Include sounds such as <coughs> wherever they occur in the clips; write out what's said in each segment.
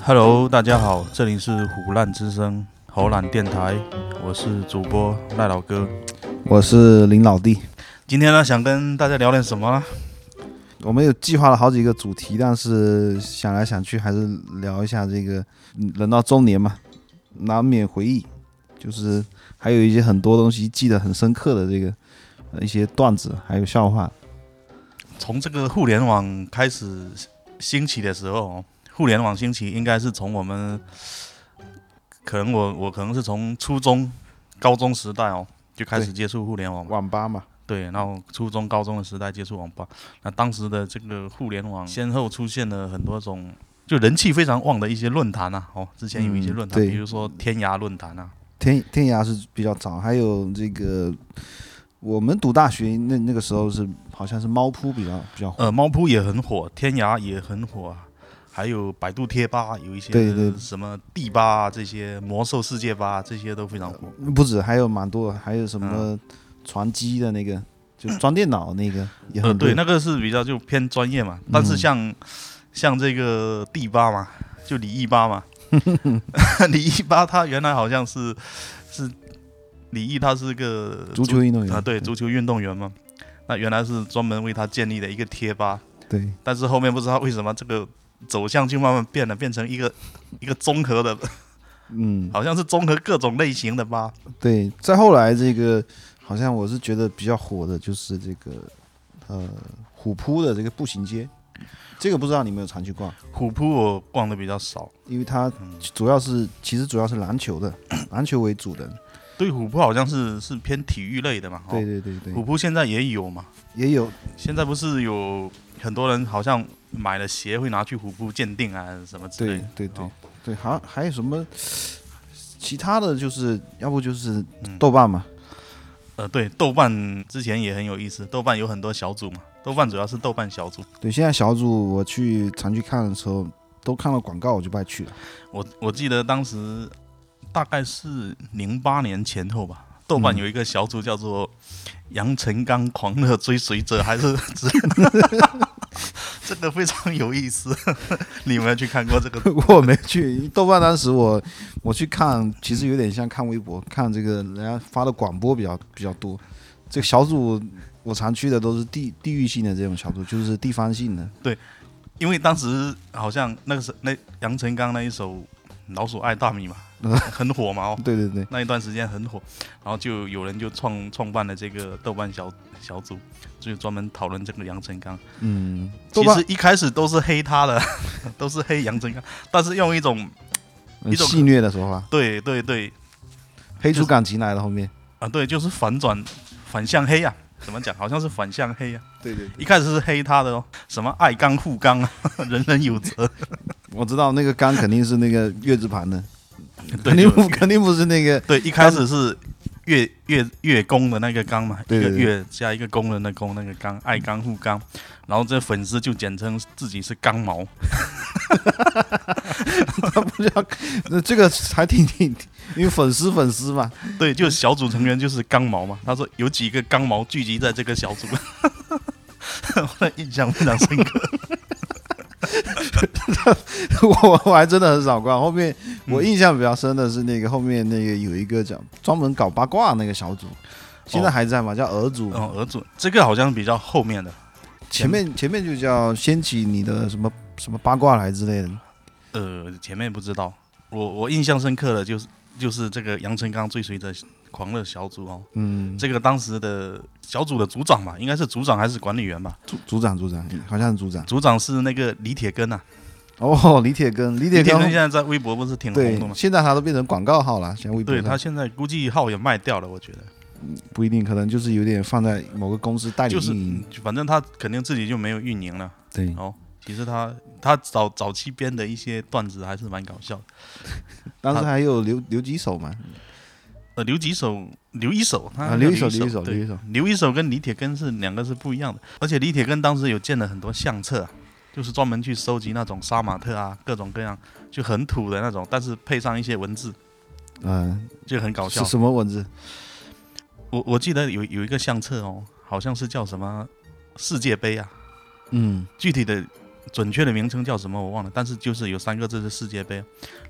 Hello，大家好，这里是虎烂之声猴懒电台，我是主播赖老哥。我是林老弟。今天呢，想跟大家聊点什么呢？我们有计划了好几个主题，但是想来想去还是聊一下这个，嗯人到中年嘛，难免回忆，就是还有一些很多东西记得很深刻的这个呃一些段子，还有笑话。从这个互联网开始兴起的时候哦，互联网兴起应该是从我们，可能我我可能是从初中、高中时代哦就开始对接触互联网嘛。网吧嘛，对，然后初中、高中的时代接触网吧，那当时的这个互联网先后出现了很多种，就人气非常旺的一些论坛啊，哦，之前有一些嗯论坛，对比如说天涯论坛啊，天天涯是比较早，还有这个我们读大学那那个时候是好像是猫扑比较比较火。呃，猫扑也很火，天涯也很火啊，还有百度贴吧，有一些对对什么地吧啊这些魔兽世界吧啊，这些都非常火。不止，还有蛮多，还有什嗯么传机的那个，就装电脑那个也很呃，多。对，那个是比较就偏专业嘛，但是嗯像、像这个地吧嘛，就李毅吧 <laughs> 嘛，李毅吧他原来好像是是李毅，他是个足球运动员啊，对，足球运动员嘛，那原来是专门为他建立的一个贴吧，对，但是后面不知道为什么这个走向就慢慢变了，变成一个一个综合的，嗯，好像是综合各种类型的吧。对。再后来这个，好像我是觉得比较火的就是这个，呃，虎扑的这个步行街，这个不知道你有没有常去逛，虎扑我逛的比较少，因为它主要是其实主要是篮球的， <clears throat> 篮球为主的。对虎扑好像是是偏体育类的嘛。哦对对对对虎，扑现在也有嘛，也有现在不是有很多人好像买了鞋会拿去虎扑鉴定啊什么之类对的。对对哦对，好像还有什么其他的就是，要不就是豆瓣嘛，呃，对，豆瓣之前也很有意思，豆瓣有很多小组嘛，豆瓣主要是豆瓣小组。对，现在小组我去常去看的时候，都看到广告我就不爱去了。我我记得当时大概是零八年前后吧，豆瓣嗯有一个小组叫做“杨成刚狂热追随者”，还是 <laughs> 之类的，这个非常有意思。 <laughs> 你有没有去看过这个？ <laughs> 我没去豆瓣，当时我我去看，其实有点像看微博，看这个人家发的广播比较比较多。这个小组我常去的都是地地域性的这种小组，就是地方性的。因为当时好像那个是那杨成刚那一首《老鼠爱大米》嘛， <laughs> 很火嘛哦。对对对，那一段时间很火，然后就有人就创创办了这个豆瓣小小组，就专门讨论这个杨成刚。嗯，豆其瓣实一开始都是黑他的， <laughs> 都是黑杨振刚，但是用一种很一种戏谑的说法，对对对黑出感情来了后面。啊对，就是反转反向黑啊，怎么讲？好像是反向黑啊，对对，一开始是黑他的哦，什么爱刚护刚啊， <laughs> 人人有责，我知道那个刚肯定是那个月字旁的，肯对定就不肯定不是那个。对，一开始是月月月宫的那个刚嘛，对对一个对月加一个工人的工，那个刚爱刚护刚，然后这粉丝就简称自己是刚毛，那这个还挺挺，挺因为粉丝粉丝嘛，对，就小组成员就是刚毛嘛。他说有几个刚毛聚集在这个小组，我的印象非常深 <laughs> 刻。我我还真的很少逛。后面嗯我印象比较深的是那个后面那个有一个叫专门搞八卦那个小组，现在哦还在吗？叫儿组。嗯，儿子，这个好像比较后面的，前面前面就叫掀起你的什么什么八卦来之类的。呃，前面不知道。我我印象深刻的就是就是这个杨成刚追随着狂热小组哦，嗯，这个当时的小组的组长吧，应该是组长还是管理员吧？组组长组长嗯好像是组长。组长是那个李铁根啊，哦，李铁根，李李铁铁根根现。在在微博不是挺红对的，吗？现在他都变成广告号了，像微博对上他现在估计号也卖掉了，我觉得不一定，可能就是有点放在某个公司代理就是运营。嗯反正他肯定自己就没有运营了。对，哦，其实他他早早期编的一些段子还是蛮搞笑的。当时还有留留几手嘛，呃，刘几手，刘一手，他啊叫刘留一手留一一手对留一手刘一手跟李铁根是两个是不一样的。而且李铁根当时有建了很多相册啊，就是专门去收集那种杀马特啊，各种各样就很土的那种，但是配上一些文字嗯、就很搞笑是。什么文字？我我记得有有一个相册哦，好像是叫什么世界杯啊， <laughs> 嗯，具体的准确的名称叫什么我忘了，但是就是有三个字是世界杯，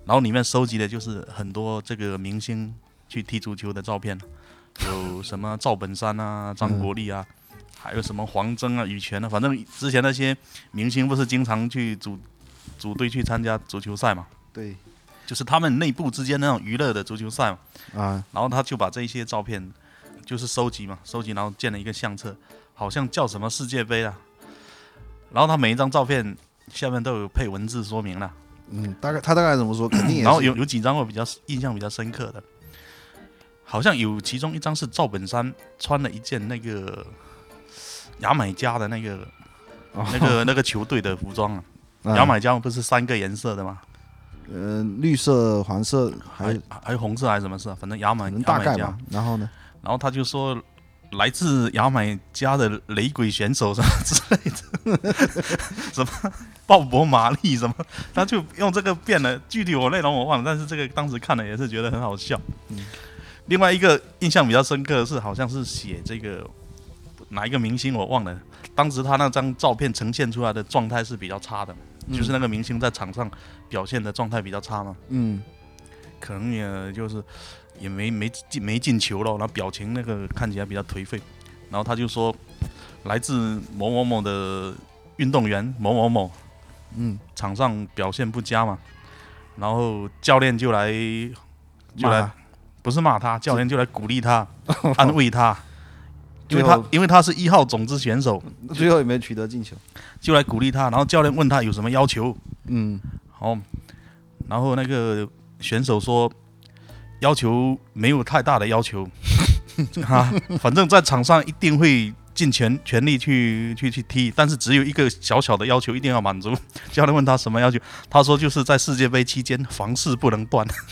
然后里面收集的就是很多这个明星去踢足球的照片，有什么赵本山啊、张国立啊，还有什么黄征啊、羽泉啊，反正之前那些明星不是经常去组组队去参加足球赛嘛，对就是他们内部之间那种娱乐的足球赛嘛，啊，然后他就把这一些照片就是收集嘛，收集然后建了一个相册，好像叫什么世界杯啊。然后他每一张照片下面都有配文字说明了，嗯，大概他大概怎么说，肯定也是嗯然后有有几张我比较印象比较深刻的，好像有其中一张是赵本山穿了一件那个牙买加的那 <laughs> 个那个那个球队的服装啊，哦啊牙买加不是三个颜色的吗？呃绿色、黄色，还还还有红色还是什么色？反正牙买可能牙大买概加吧。。然后呢，然后他就说来自牙买加的雷鬼选手什么之类的，什么鲍勃马利什么，他就用这个变了。具体我内容我忘了，但是这个当时看了也是觉得很好笑。另外一个印象比较深刻的是，好像是写这个哪一个明星我忘了，当时他那张照片呈现出来的状态是比较差的，就是那个明星在场上表现的状态比较差嘛。嗯可能也就是也没没进没进球了，然后表情那个看起来比较颓废，然后他就说来自某某某的运动员某某某嗯，场上表现不佳嘛，然后教练就来就来骂不是骂他，教练就来鼓励 <laughs> 他，安慰他。因为最他后因为他是一号种子选手，他最后也没取得进球。就来鼓励他。然后教练问他有什么要求，嗯，好，然后那个选手说，要求没有太大的要求， <laughs> 啊，反正在场上一定会尽全全力去去去踢，但是只有一个小小的要求一定要满足。教练问他什么要求，他说就是在世界杯期间房事不能断。 <laughs> <laughs>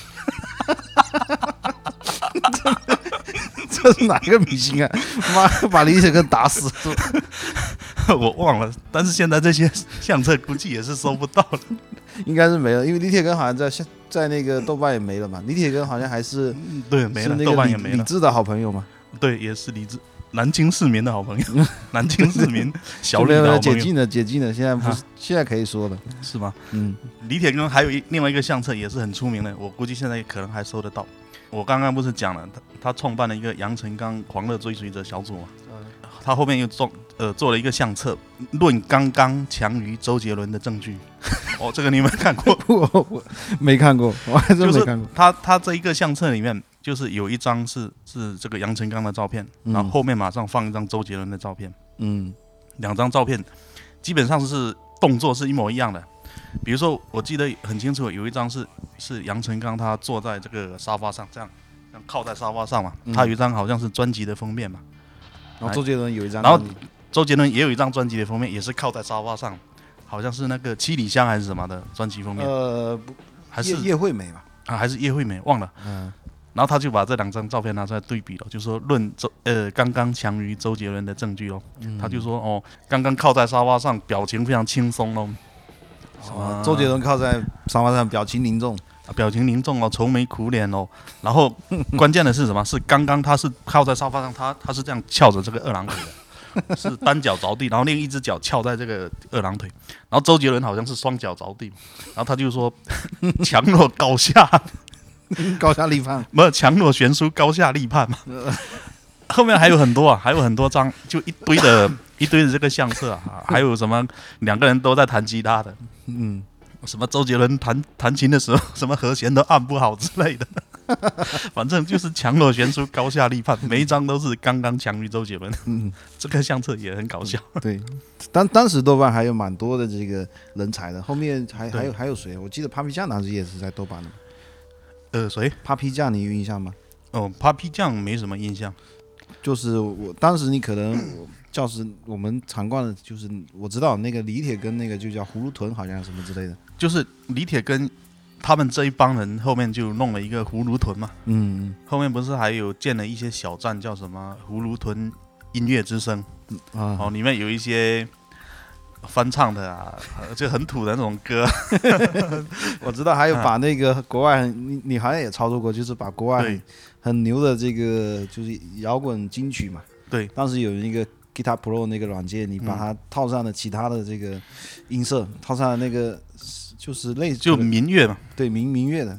这是哪个明星啊？ <laughs> 妈，把李铁根打死！ <laughs> 我忘了，但是现在这些相册估计也是收不到了。应该是没了，因为李铁根好像在现在那个豆瓣也没了嘛。李铁根好像还是 <laughs> 对，没了，是那豆个瓣李也没李了。志的好朋友嘛，对，也是李志，南京市民的好朋友， <laughs> 南京市 <laughs> 民小就李没有的好了朋解友啊禁了，解禁了，现在不是、现在可以说了。是吗？嗯，李铁根还有一另外一个相册也是很出名的，我估计现在可能还收得到。我刚刚不是讲了，他他创办了一个杨成刚狂热追随者小组嘛，他后面又做呃做了一个相册，论刚刚强于周杰伦的证据。哦，这个你有没有看过？我我没看过，我还真就没是看过。他他这一个相册里面，就是有一张是是这个杨成刚的照片，嗯然后后面马上放一张周杰伦的照片。嗯两张照片，基本上是动作是一模一样的。比如说，我记得很清楚，有一张是是杨成刚他坐在这个沙发上，这样这样靠在沙发上嘛。嗯他有一张好像是专辑的封面嘛，然后周杰伦有一张，然后周杰伦也有一张专辑的封面，也是靠在沙发上，好像是那个七里香还是什么的专辑封面，呃，不嗯还叶是叶惠美吧，啊还是叶惠美忘了。嗯，然后他就把这两张照片拿出来对比了，就说论周呃刚刚强于周杰伦的证据哦，嗯他就说哦刚刚靠在沙发上，表情非常轻松哦，什么周杰伦靠在沙发上，表情凝 <laughs> 重，啊表情凝重哦，愁眉苦脸哦。然后关键的是什么？是刚刚他是靠在沙发上，他他是这样翘着这个二郎腿的， <laughs> 是单脚着地，然后另一只脚翘在这个二郎腿。然后周杰伦好像是双脚着地，然后他就说 <laughs> 强弱高下，高下立判。没有强弱悬殊，高下立判嘛。 <laughs> 后面还有很多啊，还有很多张，就一堆的一堆的这个相册啊，还有什么两个人都在弹吉他的，嗯，什么周杰伦弹弹琴的时候，什么和弦都按不好之类的， <laughs> 反正就是强弱悬殊，高下立判，每一张都是刚刚强于周杰伦。嗯，这个相册也很搞笑。对，当当时豆瓣还有蛮多的这个人才的，后面还对还有还有谁？我记得 Papi 酱当时也是在豆瓣的呃，谁？ ，Papi 酱你有印象吗？哦，Papi 酱没什么印象。就是我当时你可能我教室我们常逛的，就是我知道那个李铁跟那个就叫葫芦屯，好像什么之类的。就是李铁跟他们这一帮人后面就弄了一个葫芦屯嘛，嗯，后面不是还有建了一些小站，叫什么葫芦屯音乐之声，啊，哦，里面有一些翻唱的啊， <laughs> 呃就很土的那种歌。 <laughs> 我知道，还有把那个国外很你你好像也操作过，就是把国外对很很牛的这个就是摇滚金曲嘛，对，当时有一个 K Guitar Pro 那个软件，你把它套上了其他的这个音色，套上了那个就是类就民乐嘛，对民民乐的，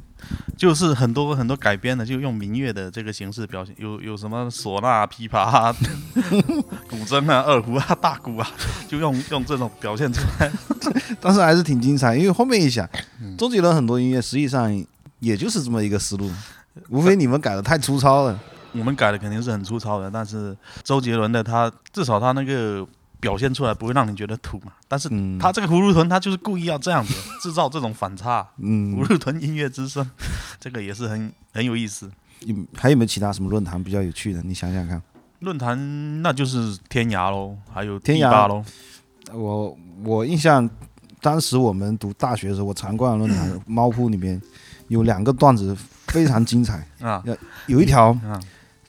就是很多很多改编的，就用民乐的这个形式表现，有有什么唢呐、琵琶、啊、 <laughs> 古筝啊、二胡啊、大鼓啊， <laughs> 就用用这种表现出来。但是还是挺精彩。因为后面一想，周杰伦很多音乐实际上也就是这么一个思路，无非你们改的太粗糙了。我们改的肯定是很粗糙的，但是周杰伦的他至少他那个表现出来不会让你觉得土嘛。但是嗯，他这个葫芦屯他就是故意要这样子制造这种反差。嗯葫，芦屯音乐之声，这个也是很很有意思。有还有没有其他什么论坛比较有趣的？你想想看。论坛那就是天涯喽，还有天地涯吧喽，我我印象，当时我们读大学的时候，我常逛的论坛猫扑里面有两个段子非常精彩，啊，有一条嗯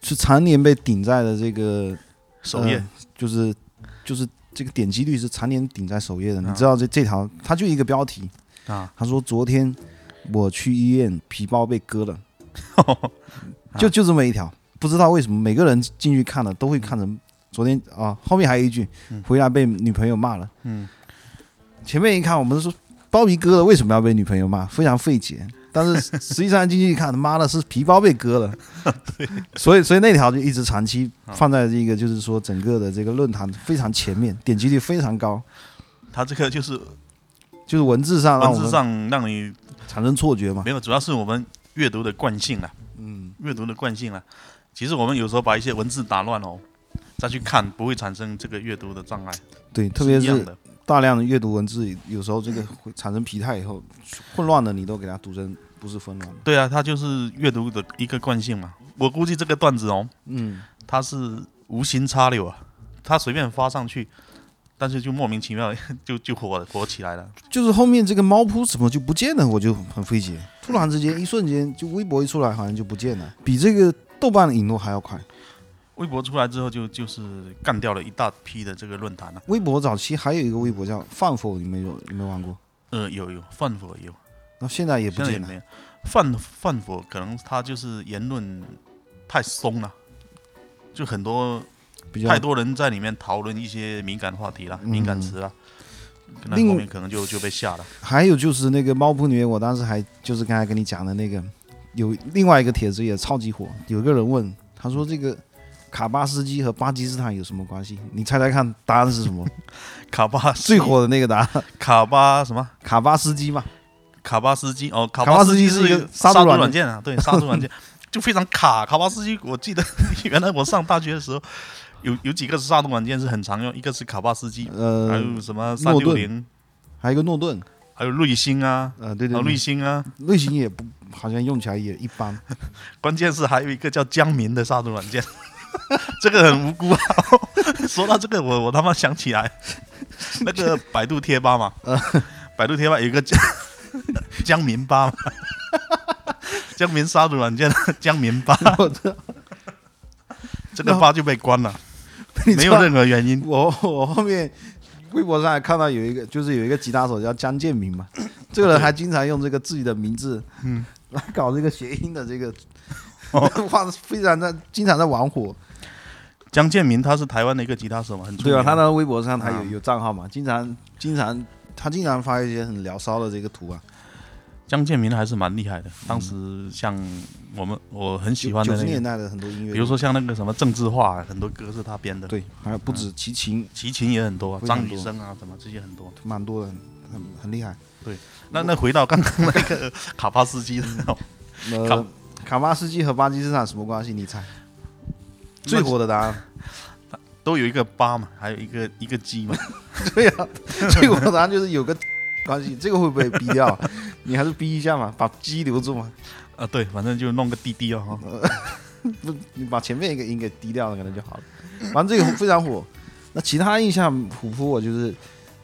是常年被顶在的这个首页呃就是就是这个点击率是常年顶在首页的。嗯你知道这这条，它就一个标题，啊，他说昨天我去医院，皮包被割了，嗯嗯就就这么一条，不知道为什么每个人进去看了都会看成昨天啊，后面还有一句嗯回来被女朋友骂了。 <laughs> 嗯，前面一看，我们说包皮割了，为什么要被女朋友骂？非常费解。但是实际上进去一看，他妈的是皮包被割 <laughs> 了，所以所以那条就一直长期啊放在这个就是说整个的这个论坛非常前面，点击率非常高，他这个就是就是文字上文让我字们上让你产生错觉嘛。啊没有，主要是我们阅读的惯性啦，嗯，阅读的惯性啦。其实我们有时候把一些文字打乱哦，再去看不会产生这个阅读的障碍，对，特别一样是的。大量的阅读文字，有时候这个会产生疲态以后，混乱的你都给它读成不是混乱的。对啊，它就是阅读的一个惯性嘛。我估计这个段子哦，嗯，他是无心插柳啊，他随便发上去，但是就莫名其妙 <laughs> 就就火了，火起来了。就是后面这个猫扑怎么就不见了，我就很费解。突然之间，一瞬间就微博一出来，好像就不见了，比这个豆瓣的引落还要快。微博出来之后就就是干掉了一大批的这个论坛啊。微博早期还有一个微博叫饭否，你没有你没玩过？呃，有有饭否有，那现在也不现在也见了没。有。饭饭否可能他就是言论太松了，就很多比太较多人在里面讨论一些敏感话题了、嗯敏感词啊，那另后面可能就就被下了。还有就是那个猫扑里面，我当时还就是刚才跟你讲的那个，有另外一个帖子也超级火，有个人问他说这个卡巴斯基和巴基斯坦有什么关系？你猜猜看答案是什么？卡巴最火的那个答案，卡巴什么？卡巴斯基嘛，卡巴斯基哦，卡卡巴斯基基是一个杀杀毒毒软软件啊，对，杀毒软件 <laughs> 就非常卡。卡巴斯基，我记得 <laughs> 原来我上大学的时候，有有几个杀毒软件是很常用，一个是卡巴斯基，还呃，有什么三诺六顿零，还有一个诺顿，还有瑞星啊，呃，对还对有瑞对，星啊，类型也不好像用起来也一般， <laughs> 关键是还有一个叫江民的杀毒软件， <laughs> 这个很无辜啊。 <laughs> 说到这个，我我他妈想起来，那个百度贴吧嘛，百度贴吧有一个江 <laughs> 江民吧嘛， <laughs> 江民杀毒软件江民吧，我这这个吧就被关了，你没知有道任何原因。我我后面微博上还看到有一个，就是有一个吉他手叫江建明 <coughs> 嘛，这个人还经常用这个自己的名字，嗯，哦来搞这个谐音的这个， <laughs> 哇，非常在经常在玩火，江建民他是台湾的一个吉他手嘛，很出名对的。啊，他的微博上他有啊有账号嘛，经常经常他经常发一些很聊骚的这个图啊，江建民还是蛮厉害的。当时像我们我很喜欢九的十那年个，代的很多音乐，比如说像那个什么郑智化，很多歌是他编的。对，还有不止齐秦，齐秦也很多啊，非常张多雨生啊，什么这些很多。蛮多的，很很厉害。那那回到刚刚那个卡巴斯基的那种，呃卡，卡巴斯基和巴基斯坦什么关系？你猜？最火的答案。 <laughs> <laughs> 都有一个八嘛，还有一个一个鸡嘛。对呀、所以我答案就是有个 <laughs> 关系，这个会不会逼掉？啊你还是逼一下嘛，把鸡留住嘛， <laughs> 啊，对，反正就弄个滴滴哦。哈不，你把前面一个音给低掉了，可能就好了。反正这个非常火。那其他印象虎扑我就是，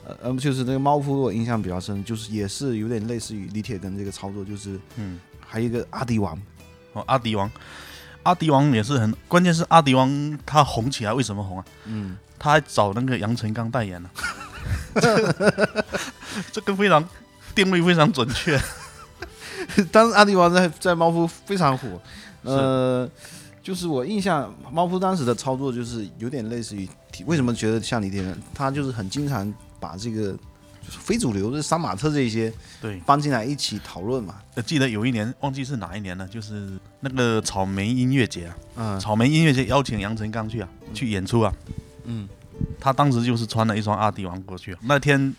呃呃，就是那个猫扑我印象比较深，就是也是有点类似于李铁根这个操作，就是嗯，还有一个阿迪王，哦，阿迪王，阿迪王也是很关键，是阿迪王他红起来为什么红啊？嗯，他还找那个杨臣刚代言了、啊 <laughs> 这个非常定位非常准确。当时阿迪王在在猫扑非常火，呃，就是我印象猫扑当时的操作就是有点类似于体。为什么觉得像李铁呢？他就是很经常把这个就是非主流的杀马特这一些对，搬进来一起讨论嘛。呃记得有一年忘记是哪一年了，就是那个草莓音乐节啊，嗯草莓音乐节邀请杨臣刚去啊，去演出啊，嗯，他当时就是穿了一双阿迪王过去、啊，那天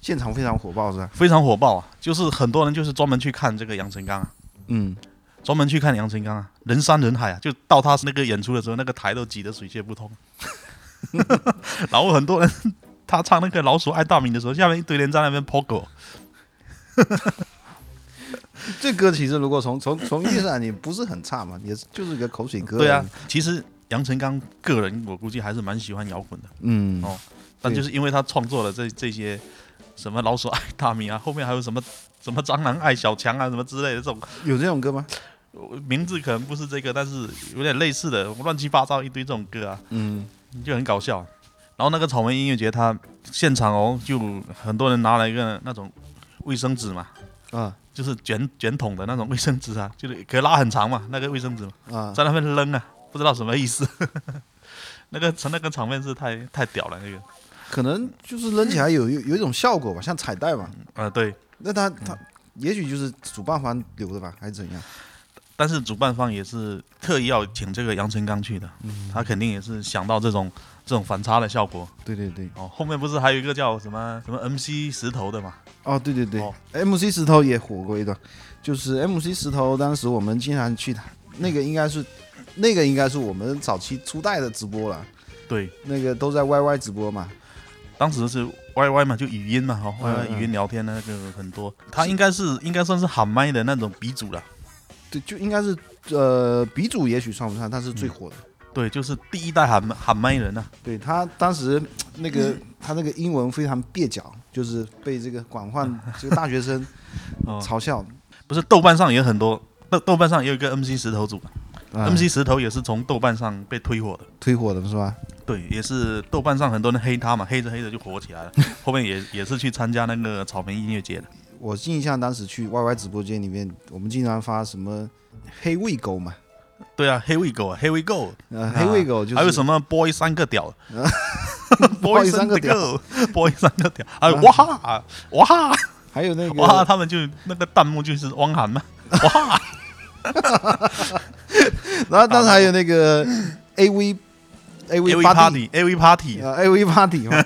现场非常火爆是吧？非常火爆啊，就是很多人就是专门去看这个杨臣刚啊，嗯，专门去看杨臣刚啊，人山人海啊，就到他那个演出的时候，那个台都挤得水泄不 <laughs> 通，然后很多人他唱那个《老鼠爱大米》的时候，下面一堆人在那边抛狗，这歌其实如果从从从意义上也不是很差嘛，也就是个口水歌。对啊，，其实杨臣刚个人我估计还是蛮喜欢摇滚的。嗯哦，但对就是因为他创作了这这些什么老鼠爱大米啊，后面还有什么什么蟑螂爱小强啊，什么之类的这种有这种歌吗？我名字可能不是这个，但是有点类似的，乱七八糟一堆这种歌啊，嗯就很搞笑。然后那个草莓音乐节，他现场哦，就很多人拿了一个那种卫生纸嘛，啊就是卷卷筒的那种卫生纸啊，就是可以拉很长嘛，那个卫生纸嘛啊，在那边扔啊，不知道什么意思。 <laughs> 那个那个场面是太太屌了，那个，可能就是扔起来有有有一种效果吧，像彩带嘛。呃，对，那他他也许就是主办方留的吧，还是怎样？但是主办方也是特意要请这个杨臣刚去的，嗯他肯定也是想到这种这种反差的效果。对对对，哦，后面不是还有一个叫什么什么 MC 石头的嘛？哦对对对、哦 m c 石头也火过一段，就是 MC 石头，当时我们经常去他那个应该是那个应该是我们早期初代的直播了，对，那个都在 YY 直播嘛。当时是 YY 嘛，就语音嘛，哦嗯，YY 语音聊天那个很多。他应该是应该算是喊麦的那种鼻祖了。对，就应该是呃鼻祖也许算不上，但是最火的。对，就是第一代喊喊麦人啊呐、对他当时那个他那个英文非常蹩脚，就是被这个广泛这个大学生 <laughs> 哦嘲笑。不是豆瓣上也有很多，豆豆瓣上也有一个 MC 石头组、啊 m c 石头也是从豆瓣上被推火的。推火的是吧？对，也是豆瓣上很多人黑他嘛，黑着黑着就火起来 <laughs> 了。后面也也是去参加那个草莓音乐节的。我印象当时去 YY 直播间里面，我们经常发什么黑喂狗嘛，对啊，Here we go，Here we go，呃，黑喂狗就是啊还有什么 boy 三个屌 <laughs> boy 三个屌，boy 三个屌，还有哇哈哇哈还有那哇哈，个他们就那个弹幕就是汪涵嘛，哇哈，然后当时还有那个 AV A AV V party party，A V party，啊 AV party <laughs> 嘛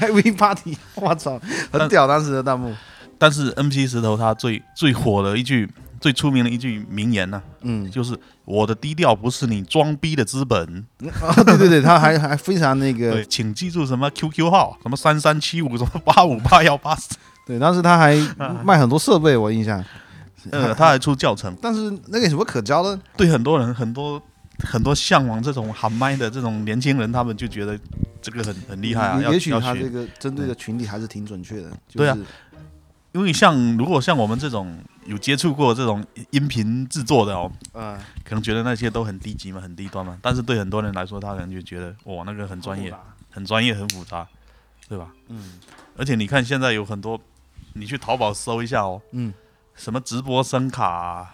AV party，我操，很嗯屌当时的弹幕，但是 M C 石头他最最火的一句。最出名的一句名言呢、嗯，就是“我的低调不是你装逼的资本啊，对对对，他还还非常那”，个对，请记住什么 QQ 号，什么三三七五，什么八五八幺八 <laughs> 四，对，当时他还嗯卖很多设备，我印象。呃，他还出教程，但是那个有什么可教的？对很多人很多很多向往这种喊麦的这种年轻人，他们就觉得这个很很厉害啊，也要也许要他这学。个针对的群体还是挺准确的。就是、对啊，因为像如果像我们这种有接触过这种音频制作的哦，嗯、可能觉得那些都很低级嘛，很低端嘛。但是对很多人来说，他可能就觉得哇，那个很专业，很专业，很复杂，对吧？嗯而且你看现在有很多，你去淘宝搜一下哦，嗯，什么直播声卡啊、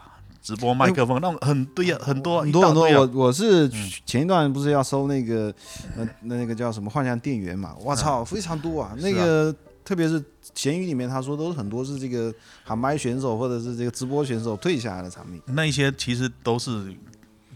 直播麦克风，那种很对呀，很多很哦多很多。一大堆啊我我是前一段不是要收那个，呃，那那个叫什么幻象电源嘛？嗯我操，非常多啊！那个特别是闲鱼里面，他说都是很多是这个喊麦选手或者是这个直播选手退下来的产品。那一些其实都是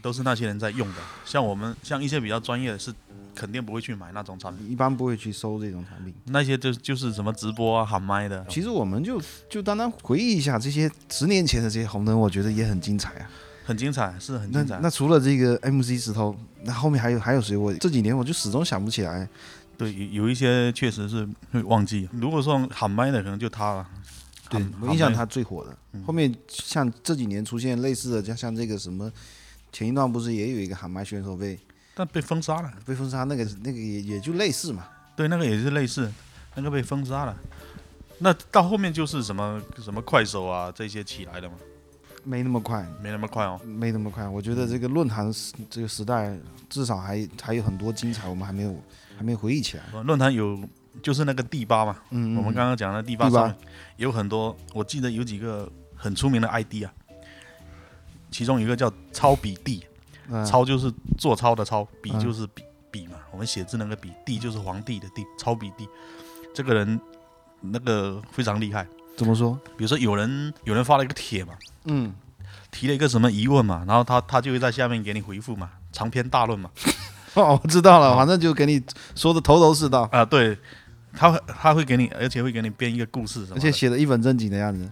都是那些人在用的，像我们像一些比较专业的是肯定不会去买那种产品，一般不会去收这种产品。那些就就是什么直播啊、喊麦的，其实我们就就单单回忆一下这些十年前的这些红灯，我觉得也很精彩啊。很精彩，是很那精彩。那除了这个 MC 石头，那后面还有还有谁？我这几年我就始终想不起来。对，有有一些确实是会忘记。如果说喊麦的，可能就他了。对喊我印象喊麦他最火的。后面像这几年出现类似的，像像这个什么，前一段不是也有一个喊麦选手被但被封杀了。被封杀，那个那个也也就类似嘛。对，那个也是类似，那个被封杀了。那到后面就是什么什么快手啊这些起来的嘛，没那么快，没那么快哦。没那么快。我觉得这个论坛时这个时代，至少还还有很多精彩，我们还没有还没回忆起来。论坛有就是那个第八嘛，嗯，嗯我们刚刚讲的第八第八上面有很多，我记得有几个很出名的 ID 啊，其中一个叫抄笔地，嗯抄就是做操的抄，笔嗯就是笔笔嘛，我们写字那个笔，帝就是皇帝的帝，抄笔帝。这个人那个非常厉害。怎么说？比如说有人有人发了一个帖嘛，嗯，提了一个什么疑问嘛，然后他他就会在下面给你回复嘛，长篇大论嘛。 <laughs> 哦，我知道了，反正就给你说的头头是道，啊、对，他会他会给你，而且会给你编一个故事什么而的且。写的一本正经的样子。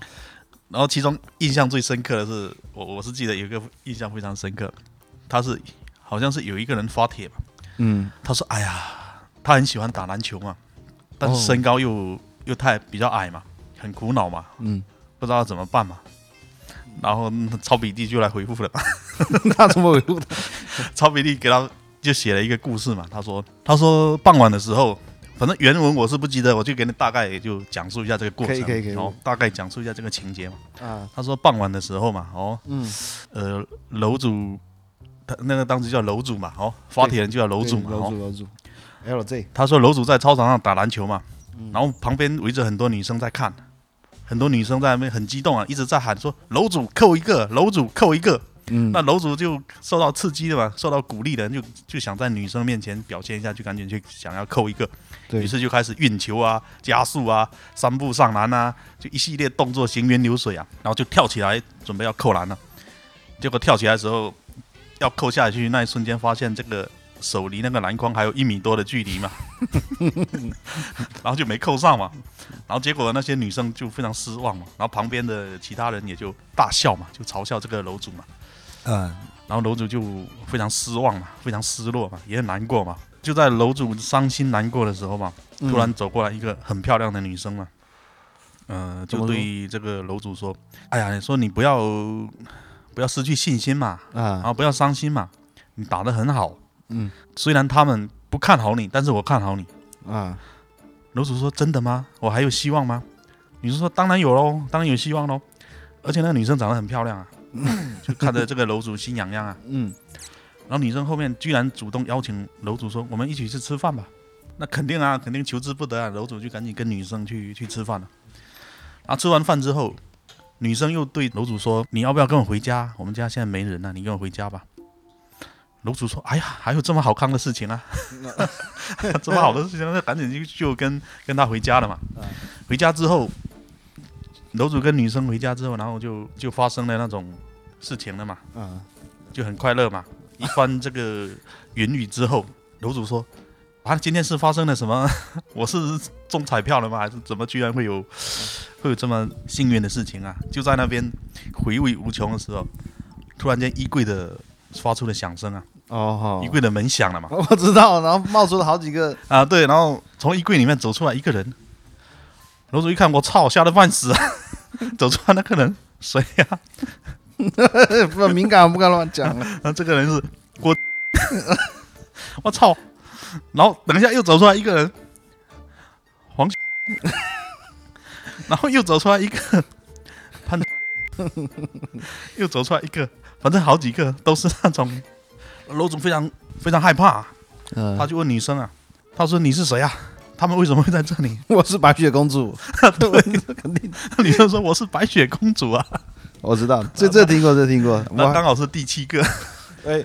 然后其中印象最深刻的是，我我是记得有一个印象非常深刻，他是好像是有一个人发帖嘛，嗯，他说：“哎呀，他很喜欢打篮球嘛，但是哦身高又、又太比较矮嘛，很苦恼嘛，嗯，不知道怎么办嘛。”然后嗯抄笔记就来回复了， <laughs> 那怎么维护的？抄笔记给他就写了一个故事嘛。他说：“他说傍晚的时候，反正原文我是不记得，我就给你大概也就讲述一下这个过可程，以可以可以然后大概讲述一下这个情节嘛。 <laughs> 啊，他说傍晚的时候嘛，哦，嗯，呃，楼主，他那个当时叫楼主嘛，哦，发帖人就叫楼主嘛，对楼哦，主楼主，LZ，他说楼主在操场上打篮球嘛，然后旁边围着很多女生在看，很多女生在那边很激动啊，一直在喊说楼主扣一个，楼主扣一个。嗯那楼主就受到刺激了嘛，受到鼓励的人就就想在女生面前表现一下，就赶紧去想要扣一个，对于是就开始运球啊、加速啊、三步上篮啊，就一系列动作行云流水啊，然后就跳起来准备要扣篮了、结果跳起来的时候要扣下去那一瞬间，发现这个手离那个篮筐还有一米多的距离嘛，然后就没扣上嘛。然后结果那些女生就非常失望嘛，然后旁边的其他人也就大笑嘛，就嘲笑这个楼主嘛。嗯，然后楼主就非常失望嘛，非常失落嘛，也很难过嘛。就在楼主伤心难过的时候嘛，嗯突然走过来一个很漂亮的女生嘛，呃，就怎么说对这个楼主说：“哎呀，你说你不要不要失去信心嘛，然啊，后不要伤心嘛，你打得很好。嗯虽然他们不看好你，但是我看好你。”啊，楼主说：“真的吗？我还有希望吗？”女生说：“当然有喽，当然有希望喽。而且那个女生长得很漂亮啊，就看着这个楼主心痒痒啊。”嗯，然后女生后面居然主动邀请楼主说：“我们一起去吃饭吧。”那肯定啊，肯定求之不得啊！楼主就赶紧跟女生去去吃饭了。然后吃完饭之后，女生又对楼主说：“你要不要跟我回家？我们家现在没人了、啊你跟我回家吧。”楼主说：“哎呀，还有这么好看的事情啊！ <laughs> 这么好的事情，那赶紧就就跟跟他回家了嘛。回家之后，楼主跟女生回家之后，然后就就发生了那种事情了嘛。啊，就很快乐嘛。一番这个云雨之后，楼主说：“啊，今天是发生了什么？ <laughs> 我是中彩票了吗？还是怎么居然会有会有这么幸运的事情啊？”就在那边回味无穷的时候，突然间衣柜的发出了响声啊，哦衣，柜的门响了嘛。 <laughs> 我知道，然后冒出了好几个， <laughs> 啊，对，然后从衣柜里面走出来一个人，楼主一看，我操，吓得半死啊！走出来那个人谁呀、不敏感，不敢乱讲了。然后啊这个人是郭，我操！然后等一下又走出来一个人，黄，然后又走出来一个潘，又走出来一个，反正好几个都是那种楼主非常非常害怕，啊嗯他就问女生啊，他说你是谁啊？他们为什么会在这里？我是白雪公主，对，肯定， <laughs> 女生说我是白雪公主啊，我知 <laughs> 道，这这听过，这听过，那我刚好是第七个，哎，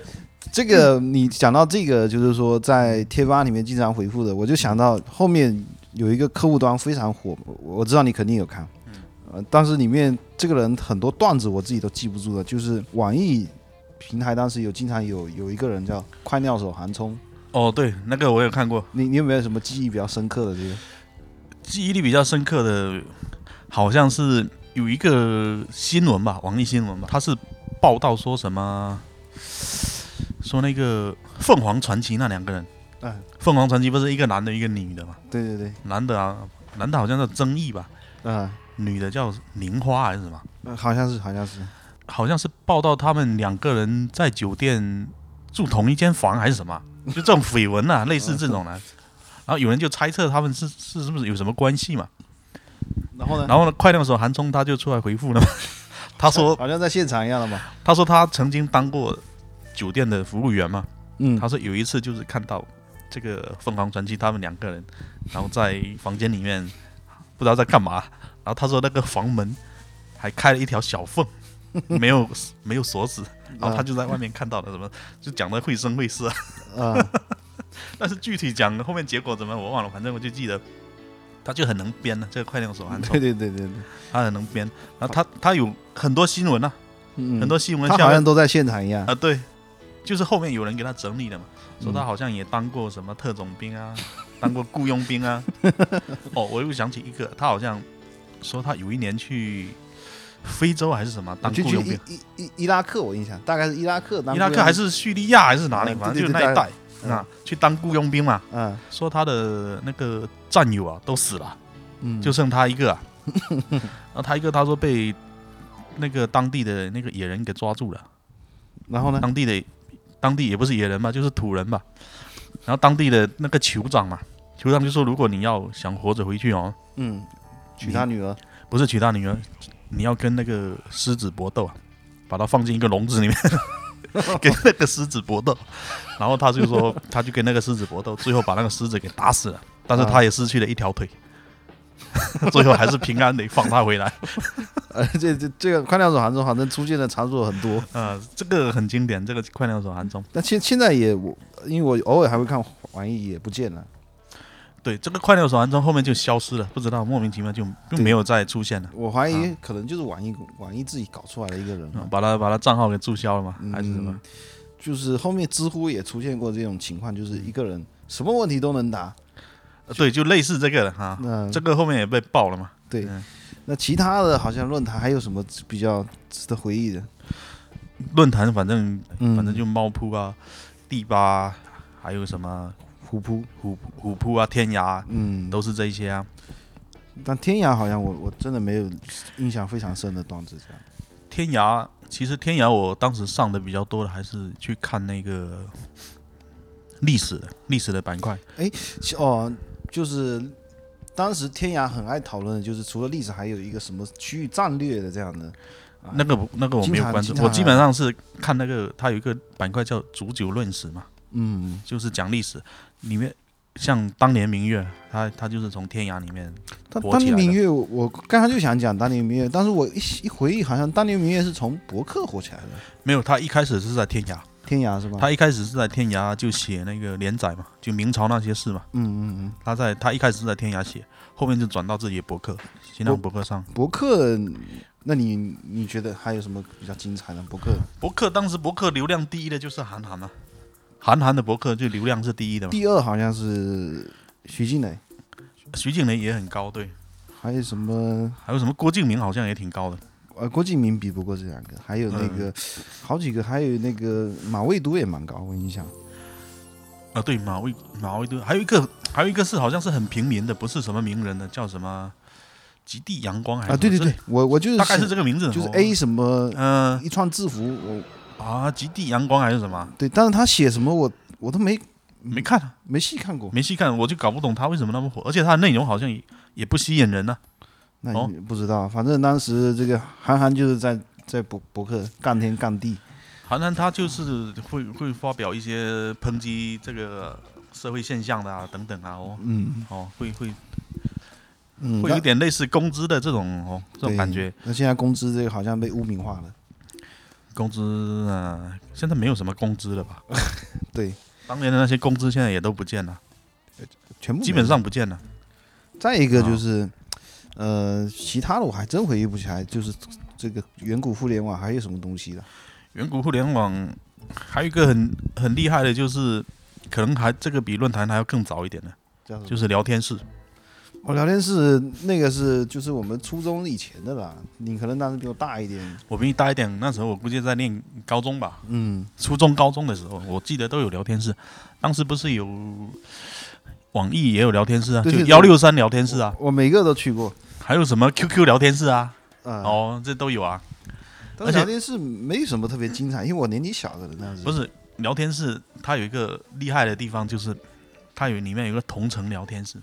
这个你讲到这个，就是说在贴吧里面经常回复的，我就想到后面有一个客户端非常火，我我知道你肯定有看，呃，但是里面这个人很多段子我自己都记不住了，就是网易平台当时有经常有有一个人叫快尿手韩冲，哦对，那个我有看过，你你有没有什么记忆比较深刻的这个？记忆力比较深刻的，好像是有一个新闻吧，网易新闻吧，它是报道说什么，说那个凤凰传奇那两个人，嗯，凤凰传奇不是一个男的，一个女的嘛？对对对，男的啊，男的好像叫曾毅吧，嗯、女的叫宁花还是什么？呃好像是好像是，好像是报道他们两个人在酒店住同一间房还是什么，啊就这种绯闻啊，类似这种的、然后有人就猜测他们是是是不是有什么关系嘛？然后呢？然后呢，快亮的时候，韩冲他就出来回复了嘛， <laughs> 他说好像在现场一样的嘛，他说他曾经当过酒店的服务员嘛，嗯他说有一次就是看到这个凤凰传奇他们两个人，然后在房间里面不知道在干嘛，然后他说那个房门还开了一条小 <laughs> 缝，没有没 <laughs> 有锁死，然后他就在外面看到了什么，就讲的绘声绘色，啊、啊但是具体讲后面结果怎么我忘了，反正我就记得他就很能编啊了，这个快点 <laughs> 手韩对对对对对，他很能编，然后他他有很多新闻啊，嗯，很多新闻他下好面像都在现场一样，啊，对，就是后面有人给他整理的嘛，说他嗯好像也当过什么特种兵啊，当过雇佣兵 <laughs> 啊。哦，我又想起一个，他好像说他有一年去非洲还是什么当就雇去佣兵伊，伊伊伊拉克，我印象大概是伊拉克当伊拉雇克佣还是叙利亚还是哪里，嗯反正对就是对那对一带嗯啊，去当雇佣兵嘛。嗯说他的那个战友啊都死了，嗯，就剩他一 <laughs> 个啊。然后他一个他说被那个当地的那个野人给抓住了。然后呢，当地的当地也不是野人吧，就是土人吧。然后当地的那个酋长嘛，酋长就说，如果你要想活着回去哦，嗯，娶他女儿，不是娶她女儿，你要跟那个狮子搏斗啊，把它放进一个笼子里面， <laughs> 跟那个狮子搏斗。然后他就说，他就跟那个狮子搏斗，最后把那个狮子给打死了，但是他也失去了一条腿。 <laughs> 最后还是平安的放他回来，呃，这这这个快料手行中好像出现的场所很多，呃，这个很经典，这个快鸟手韩中。但现现在也我因为我偶尔还会看网易也不见了，对，这个快乐手环中后面就消失了，不知道莫名其妙就就对没有再出现了，我怀疑可能就是网易网易自己搞出来的一个人吧啊嗯、把他把他账号给注销了吗？还是什么嗯？就是后面知乎也出现过这种情况，就是一个人什么问题都能答。呃对，就类似这个了哈。那这个后面也被爆了嘛？对嗯，那其他的好像论坛还有什么比较值得回忆的？论坛反正嗯反正就猫扑啊、地吧啊，还有什么虎扑，虎虎扑啊、天涯啊嗯，都是这一些啊。但天涯好像我我真的没有印象非常深的段子这样。天涯其实天涯我当时上的比较多的还是去看那个历史的历史的板块。其哦，就是当时天涯很爱讨论的就是除了历史，还有一个什么区域战略的这样的。啊那个不那个我没有关注经，常我基本上是看那个它有一个板块叫“煮酒论史”嘛，嗯，就是讲历史，里面像当年明月，他他就是从天涯里面，但火当起年来明的月，我我刚才就想讲当年明月，但是我一一回忆，好像当年明月是从博客火起来的，没有他一开始是在天涯，天涯是吧？他一开始是在天涯就写那个连载嘛，就明朝那些事嘛，嗯嗯嗯。他在他一开始是在天涯写，后面就转到自己的博客，新浪博客上。博客，那你你觉得还有什么比较精彩的博客？博客当时博客流量第一的就是韩寒嘛，啊韩寒的博客就流量是第一的嘛，第二好像是徐静蕾，徐静蕾也很高，对，还有什么？还有什么郭敬明好像也挺高的，呃，郭敬明比不过这两个，还有那嗯个、好几个，还有那个马未都也蛮高，我印象。啊，对，马未马未都，还有一个还有一个是好像是很平民的，不是什么名人的，叫什么极地阳光还是啊，对对什么对，我我就哎这是大概是这个名字，就是哦 A 什么嗯、一串字符，我啊，极地阳光还是什么，对，但是他写什么我我都没没看啊，没细看过，没细看，我就搞不懂他为什么那么火，而且他的内容好像也也不吸引人呢、那哦也不知道。反正当时这个韩寒就是在在博博客干天干地，韩寒他就是会会发表一些抨击这个社会现象的啊等等啊哦嗯哦，会会嗯，会那有点类似工资的这种哦这种感觉，。对那现在工资这个好像被污名化了。工资啊、现在没有什么工资了吧？对，当年的那些工资现在也都不见了，全部没有基本。上不见了。再一个啊就是，呃，其他的我还真回忆不起来，就是这个远古互联网还有什么东西的。远古互联网还有一个很很厉害的，就是可能还这个比论坛还要更早一点的，叫什么就是聊天室。我聊天室那个是就是我们初中以前的啦，你可能当时比我大一点，我比你大一点，那时候我估计在念高中吧，嗯，初中、高中的时候，我记得都有聊天室。当时不是有网易也有聊天室啊，对就对对幺六三聊天室啊，我每个都去过，还有什么 QQ 聊天室啊，啊、呃，哦，这都有啊。但而是且聊天室没什么特别精彩，因为我年纪小的人那时不是聊天室，它有一个厉害的地方，就是它有里面有一个同城聊天室，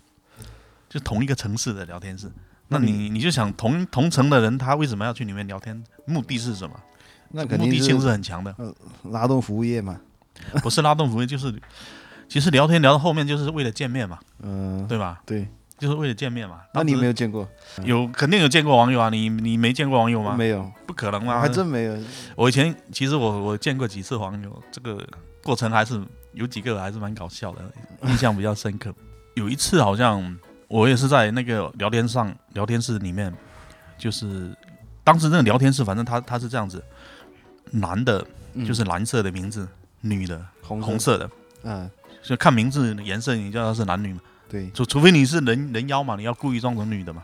就同一个城市的聊天室。那那你你就想同同城的人，他为什么要去里面聊天？目的是什么？那肯目的定性是是很强 <laughs> 的，拉动服务业嘛，不是拉动服务，就是其实聊天聊到后面就是为了见面嘛，嗯、对吧？对，就是为了见面嘛。那你没有有见过？有肯定有见过网友啊？你你没见过网友吗？没有，不可能我嘛！还真没有，我以前其实我我见过几次网友，这个过程还是有几个还是蛮搞笑的，印象比较深刻。有一次好像我也是在那个聊天上聊天室里面，就是当时那个聊天室，反正他他是这样子，男的就是蓝色的名字，女的红红，色的，嗯，就看名字颜色你就知道是男女嘛，对，就除非你是人人妖嘛，你要故意装成女的嘛。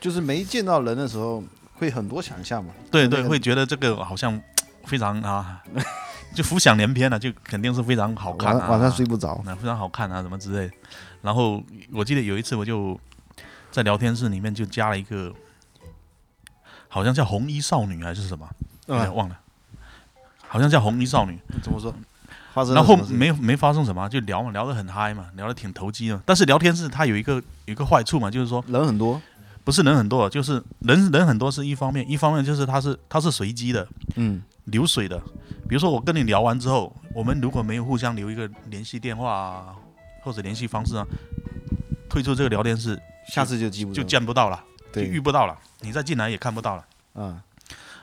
就是没见到人的时候会很多想象嘛，对那对，个会觉得这个好像非常 <laughs> 啊，就浮想联翩啊了、就肯定是非常好看、晚啊。晚上睡不着，那非常好看啊，什么之类的。然后我记得有一次，我就在聊天室里面就加了一个，好像叫红衣少女还是什么，有点嗯，忘了，好像叫红衣少女。怎么说？发生了然后什么事没有没发生什么，啊就聊嘛，聊得很嗨嘛，聊得挺投机的。但是聊天室它有一个有一个坏处嘛，就是说人很多，不是人很多，啊就是人人很多是一方面，一方面就是它是它是随机的，嗯，流水的。比如说我跟你聊完之后，我们如果没有互相留一个联系电话啊，或者联系方式啊，退出这个聊天室下次就记不住就了，见不到了，就遇嗯对，不到了，你再进来也看不到了啊，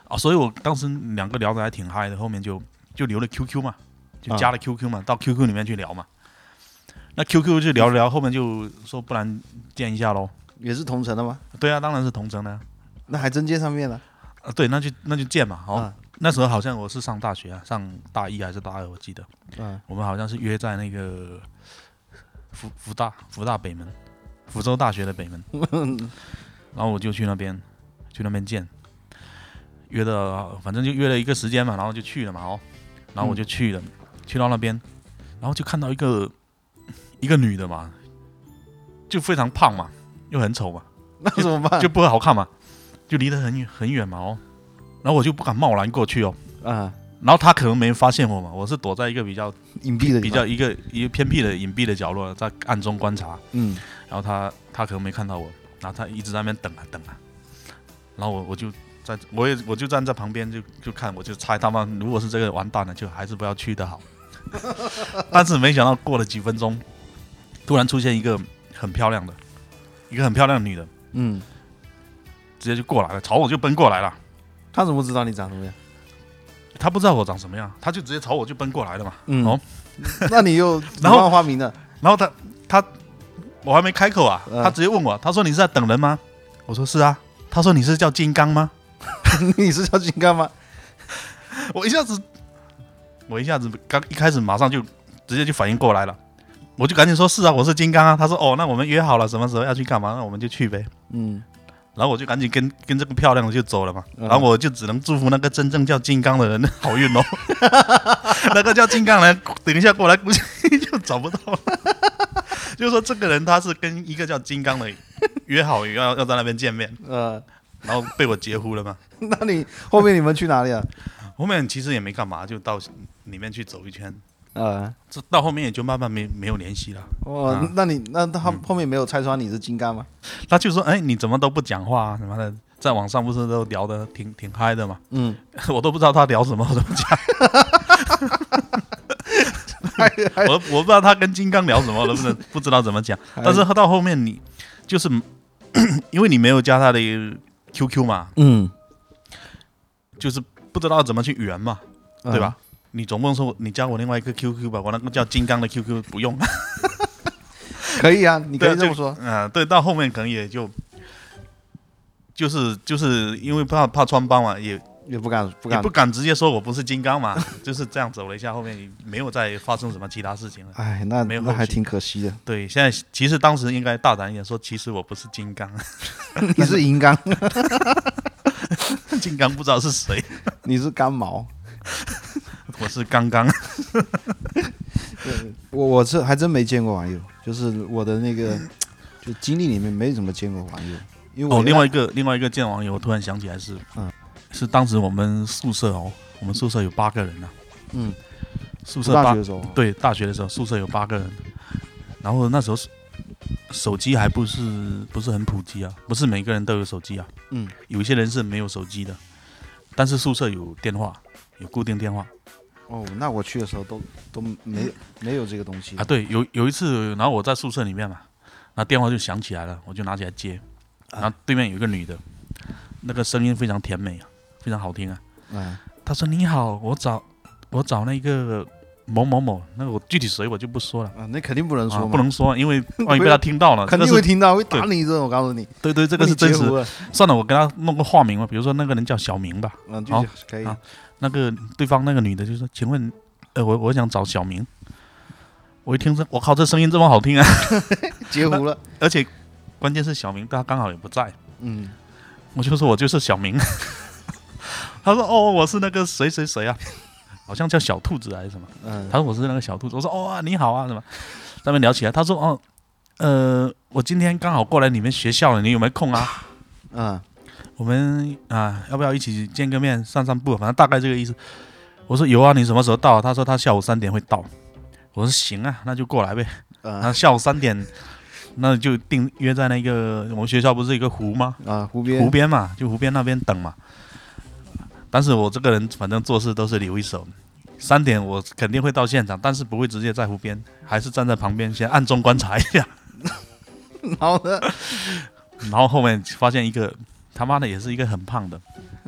啊。所以我当时两个聊得还挺嗨的，后面就就留了 QQ 嘛，啊就加了 QQ 嘛，到 QQ 里面去聊嘛。那 QQ 就聊着聊，后面就说不然见一下喽。也是同城的吗？对啊，当然是同城的啊那还真见上面了，啊。对，那就那就见嘛。哦，啊那时候好像我是上大学啊，上大一还是大二，我记得。啊，我们好像是约在那个福福大福大北门，福州大学的北门，然后我就去那边去那边见，约的反正就约了一个时间嘛，然后就去了嘛哦，然后我就去了，去到那边，然后就看到一个一个女的嘛，就非常胖嘛，又很丑嘛，那怎么办？就不好看嘛，就离得很远很远嘛哦，然后我就不敢贸然过去哦，啊，然后她可能没发现我嘛，我是躲在一个比较。隐蔽的地比方较一个一个偏僻的隐蔽的角落，在暗中观察。嗯然后他他可能没看到我，然后他一直在那边等啊等啊。然后我我就在我也我就站在旁边就就看，我就猜他们如果是这个完蛋了，就还是不要去的好。 <laughs> 但是没想到过了几分钟，突然出现一个很漂亮的，一个很漂亮的女的，嗯，直接就过来了，朝我就奔过来了。他怎么知道你长什么样？ <laughs> 她不知道我长什么样，她就直接朝我就奔过来了嘛。嗯哦，那你又 <laughs> 然后五花花名的，然后他他我还没开口啊，嗯他直接问我，他说你是在等人吗？我说是啊。他说你是叫金刚吗？ <laughs> 你是小金刚吗？我一下子，我一下子刚一开始马上就直接就反应过来了，我就赶紧说是啊，我是金刚啊。他说哦，那我们约好了什么时候要去干嘛，那我们就去呗。嗯，然后我就赶紧跟跟这个漂亮的就走了嘛，嗯然后我就只能祝福那个真正叫金刚的人好运哦。那个叫金刚的人，等一下过来估计就找不到了。就是说这个人他是跟一个叫金刚的约好要要在那边见面，呃，然后被我截胡了嘛。那你后面你们去哪里啊？后面其实也没干嘛，就到里面去走一圈，呃，这到后面也就慢慢没没有联系了。哦，啊那你那他后面没有拆穿你是金刚吗？他就说：“哎，你怎么都不讲话、啊？什么的，在网上不是都聊得挺挺嗨的嘛？”嗯， <laughs> 我都不知道他聊什么，我都不讲。我我不知道他跟金刚聊什么，我都不能不知道怎么讲。但是到后面你就是 <coughs> 咳咳因为你没有加他的 QQ 嘛，嗯，就是不知道怎么去圆嘛，嗯对吧？？你总不能说你加我另外一个 QQ 吧，我那个叫金刚的 QQ 不用。可以啊， <laughs> 你可对啊以这么就说。嗯、对，到后面可能也就就是就是因为怕怕穿帮嘛，也也不敢不不敢不。敢直接说我不是金刚嘛， <laughs> 就是这样走了一下，后面没有再发生什么其他事情了。哎，那没有那后还续挺可惜 <laughs> 的。对，现在其实当时应该大胆一点说，其实我不是金刚，你是银刚，金刚不知道是谁，你是干毛。我是刚刚。我我是还真没见过网友，就是我的那个就经历里面没怎么见过网友，因为我哦，另外一个另外一个见网友，我突然想起来是，嗯是当时我们宿舍哦，我们宿舍有八个人呐、啊嗯，宿读舍大八学的时候，对，大学的时候宿舍有八个人，然后那时候手手机还不是不是很普及啊，不是每个人都有手机啊，嗯，有一些人是没有手机的，但是宿舍有电话，有固定电话哦，那我去的时候都都没有没有这个东西嗯啊。对，有有一次，然后我在宿舍里面嘛，那电话就响起来了，我就拿起来接，啊然后对面有一个女的，那个声音非常甜美啊，非常好听啊，啊，她说：“你好，我找我找那个某某某，那个我具体谁我就不说了，啊，那肯定不能啊说，不嘛，能说，因为万一被他听到了， <laughs> 肯这定个会是听到，会打你一顿。我告诉你，对对，这个是把真你截实胡。了。算了，我跟他弄个化名吧，比如说那个人叫小明吧，嗯，好就可以。好那个对方那个女的就说：“请问，呃，我我想找小明。”我一听这，我靠，这声音这么好听啊！截胡了，而且关键是小明他刚好也不在，嗯，我就说我就是小明。 <laughs> 他说：“哦，我是那个谁谁谁啊，好像叫小兔子还是什么。”嗯，他说我是那个小兔子，我说哦啊你好啊什么，咱们聊起来，他说哦，呃，我今天刚好过来你们学校了，你有没有空啊？嗯，我们啊要不要一起见个面散散步？反正大概这个意思。我说有啊，你什么时候到、啊？他说他下午三点会到。我说行啊，那就过来呗。然后嗯，啊下午三点，那就定约在那个我们学校不是有一个湖吗？啊，湖边，湖边嘛，就湖边那边等嘛。但是我这个人反正做事都是留一手，三点我肯定会到现场，但是不会直接在湖边，还是站在旁边先暗中观察一 <laughs> 下，然后呢，然后后面发现一个他妈的也是一个很胖的，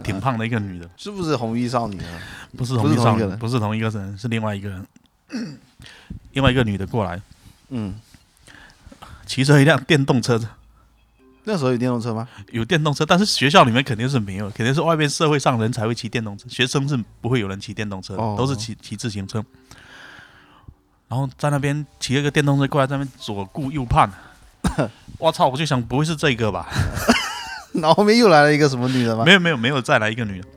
挺胖的一个女的，是不是红衣少女啊？不是不同是一同少一个女，人不是同一个人，是另外一个人，另外一个女的过来，嗯，骑着一辆电动车，那时候有电动车吗？ <laughs> 有电动车，但是学校里面肯定是没有，肯定是外面社会上人才会骑电动车，学生是不会有人骑电动车的，哦都是骑骑自行车。然后在那边骑了个电动车过来，在那边左顾右盼，我操！我就想不会是这个吧？然后后面又来了一个什么女的吗？没有没有没有，再来一个女的，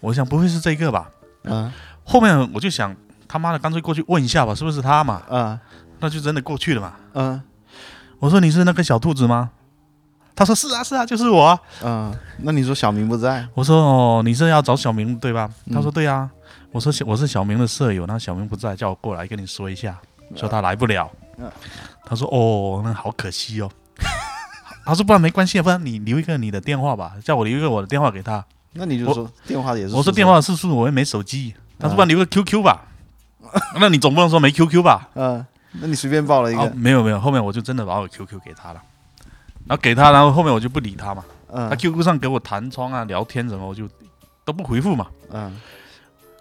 我想不会是这个吧？嗯后面我就想他妈的干脆过去问一下吧，是不是她嘛？嗯那就真的过去了嘛。嗯我说你是那个小兔子吗？他说是啊是啊，就是我啊。嗯，那你说小明不在？我说哦，你是要找小明对吧？嗯他说对啊。我说小我是小明的舍友，那小明不在，叫我过来跟你说一下，说他来不了嗯。他说哦，那好可惜哦。 <laughs> 他说不然没关系，啊不然你留一个你的电话吧，叫我留一个我的电话给他。那你就说电话也是。嗯我说电，话是叔叔，我也没手机。他说不然留个 QQ <laughs> 吧。那你总不能说没 QQ 吧？嗯，那你随便报了一哦，个，没有没有，后面我就真的把我 QQ 给他了，然后给他，然后后面我就不理他嘛。他嗯 QQ 上给我弹窗啊、聊天什么，我就都不回复嘛。嗯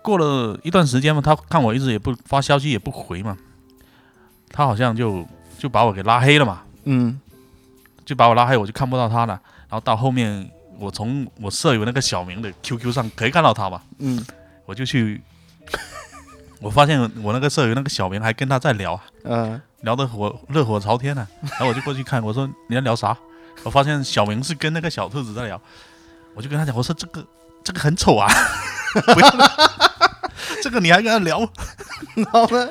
过了一段时间嘛，他看我一直也不发消息也不回嘛，他好像就就把我给拉黑了嘛，嗯就把我拉黑，我就看不到他了。然后到后面，我从我舍友那个小明的 QQ 上可以看到他嘛，嗯我就去，我发现我那个舍友那个小明还跟他在聊，嗯聊得火热火朝天呢、然后我就过去看，我说你在聊啥？我发现小明是跟那个小兔子在聊，我就跟他讲，我说这个这个很丑啊，不要，这个你还跟他聊？然后呢？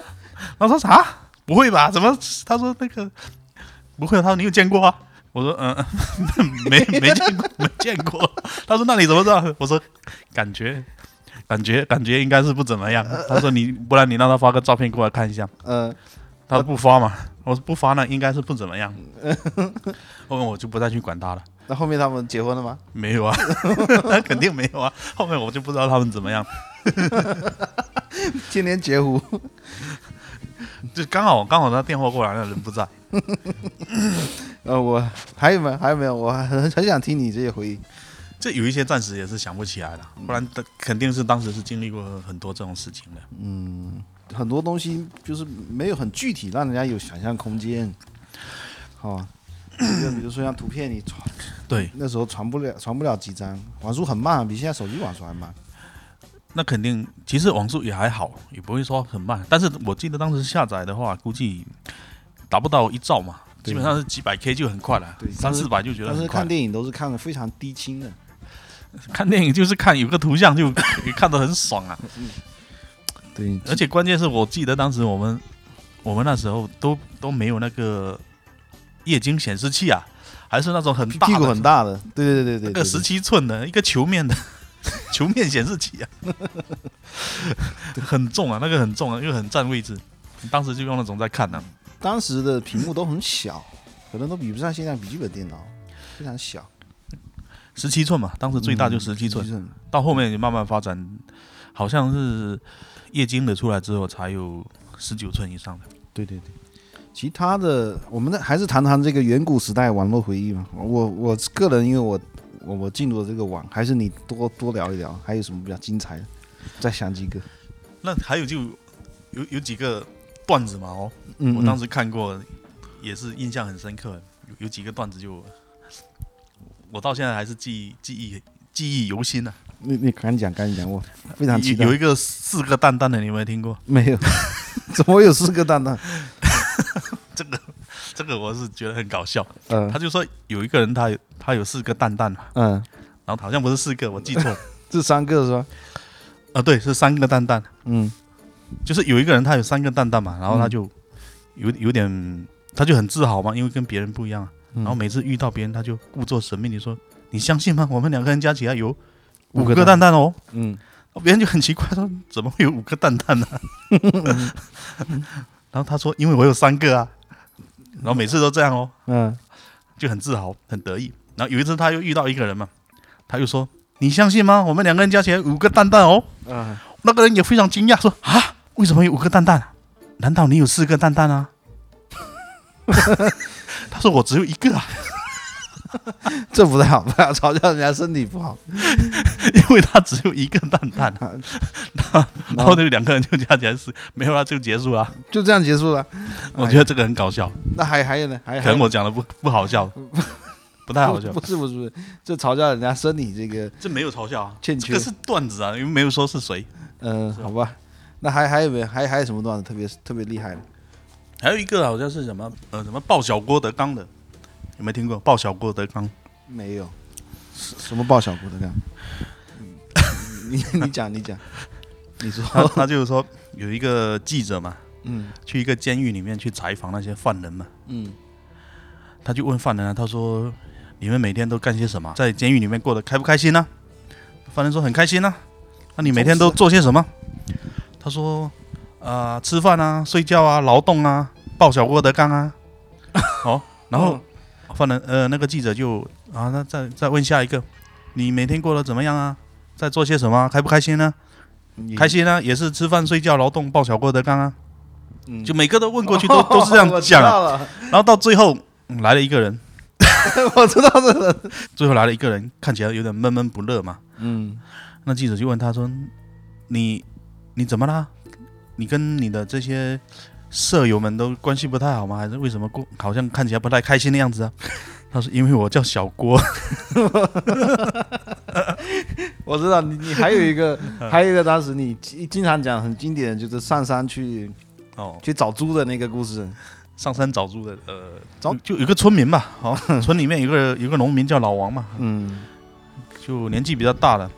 然后说啥？不会吧？怎么？他说那个不会啊。他说你有见过啊？我说嗯， <laughs> 嗯没没见过， <laughs> 没见过。他说那你怎么知道？我说感觉，感觉感觉应该是不怎么样。他说你不然你让他发个照片过来看一下。嗯他说不发嘛。我说不发呢，应该是不怎么样。后面我就不再去管他了。那后面他们结婚了吗？没有啊， <laughs> 那肯定没有啊。后面我就不知道他们怎么样，天天截胡，就刚好刚好他电话过来，那人不在。呃，我还有没有？还有没有？我很很想听你这些回忆。这有一些暂时也是想不起来了，嗯不然的肯定是当时是经历过很多这种事情的。嗯很多东西就是没有很具体，让人家有想象空间，好、吧？就比如说像图片，你传对，那时候传不了，传不了几张，网速很慢，比现在手机网速还慢。那肯定，其实网速也还好，也不会说很慢。但是我记得当时下载的话，估计达不到一兆嘛，对基本上是几百 K 就很快了对，三四百就觉得但很是快看了。电影都是看的非常低清的，看电影就是看有个图像就也看得很爽 <laughs> 啊，对，而且关键是我记得当时我们我们那时候都都没有那个液晶显示器啊，还是那种很屁大屁股的很大的，对对对对对那对，个十七寸的一个球面的 <laughs> 球面显示器啊，很重啊，那个很重啊，又很占位置。当时就用那种在看啊呢、当时的屏幕都很小，可能都比不上现在笔记本电脑，非常小，十七寸嘛，当时最大就嗯十七寸，寸，到后面也慢慢发展，好像是液晶的出来之后才有十九寸以上的。对对对，其他的我们呢还是谈谈这个远古时代网络回忆嘛。我我个人因为我我我进入了这个网，还是你多多聊一聊，还有什么比较精彩的，再想几个。那还有就有有几个段子嘛哦，嗯，我当时时看过，也是印象很深刻，有有几个段子就，我到现在还是记记忆记忆犹新啊。你你赶紧讲，赶紧讲，我非常期呃有待有。一个四个蛋蛋的，你有没有听过？没有， <laughs> 怎么有四个蛋蛋？这个这个我是觉得很搞笑。嗯他就说有一个人他有他有四个蛋蛋嘛，嗯，然后好像不是四个，我记 <laughs> 错了这三个是吧？啊，对，是三个蛋蛋。嗯就是有一个人他有三个蛋蛋嘛，然后他就有有点他就很自豪嘛，因为跟别人不一样啊。嗯然后每次遇到别人，他就故作神秘地说：“你相信吗？我们两个人加起来有五五个个蛋蛋哦。嗯”别人就很奇怪说：“怎么会有五个蛋蛋呢、啊 <laughs> 嗯 <laughs> 然后他说：“因为我有三个啊。”然后每次都这样哦，嗯就很自豪，很得意。然后有一次他又遇到一个人嘛，他又说：“你相信吗？我们两个人加起来有五个蛋蛋哦。”嗯那个人也非常惊讶说：“啊，为什么有五个蛋蛋啊？难道你有四个蛋蛋啊？” <laughs> 他说：“我只有一个啊，这不太好，不要嘲笑人家身体不好。因为他只有一个蛋蛋。 <laughs> 啊然”后那两个人就加起来是没有了，就结束了。就这样结束了。我觉得这个很搞笑，那还还有呢？还可还有能我讲的不不好 <laughs> 笑，不太好笑哎不。不是不是不是，这嘲笑人家身体这个这没有嘲笑啊，欠这缺个。是段子啊，因为没有说是谁。嗯，好吧。那还还有没有？还还有什么段子特别特别厉害的？还有一个好像是什么呃什么爆小郭德纲的，有没有听过爆小郭德 <laughs> 纲？没有，什什么爆小姑的干？你你讲你讲，你他说，他就是说有一个记者嘛，嗯去一个监狱里面去采访那些犯人嘛。嗯他就问犯人啊，他说：“你们每天都干些什么？在监狱里面过得开不开心呢、犯人说：“很开心啊。”那你每天都做些什么？他说：“啊、吃饭啊，睡觉啊，劳动啊，抱小郭德纲啊。”哦， <laughs> 然后犯人呃，那个记者就啊，那再再问下一个，你每天过得怎么样啊？在做些什么啊？开不开心呢、嗯你开心呢、也是吃饭、睡觉、劳动、抱小郭德纲啊。嗯就每个都问过去 <laughs> 都、都是这样我知讲啊，道了，然后到最后、嗯来了一个人， <laughs> 我知道这个。最后来了一个人，看起来有点闷闷不乐嘛。嗯那记者就问他说：“你你怎么啦？你跟你的这些舍友们都关系不太好吗？还是为什么过好像看起来不太开心的样子啊？” <laughs> 他说：“因为我叫小 <laughs> 郭。我知道你，你还有一个，嗯还有一个，当时你经经常讲很经典的，就是上山去”哦，去找猪的那个故事。上山找猪的，呃，找就有一个村民吧， <laughs> 哦，村里面有个有个农民叫老王嘛，嗯就年纪比较大了，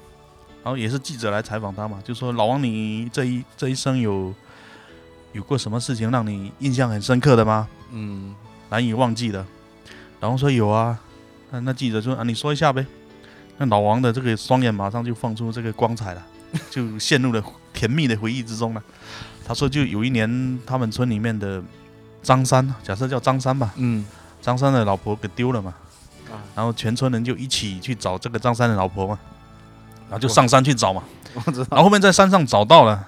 然后也是记者来采访他嘛，就说老王，你这一这一生有有过什么事情让你印象很深刻的吗？嗯难以忘记的。然后说有啊，那那记者说啊，你说一下呗。那老王的这个双眼马上就放出这个光彩了，就陷入了甜蜜的回忆之中了。他说，就有一年他们村里面的张三，假设叫张三吧，嗯张三的老婆给丢了嘛啊，然后全村人就一起去找这个张三的老婆嘛，然后就上山去找嘛，我知然后后面在山上找到了，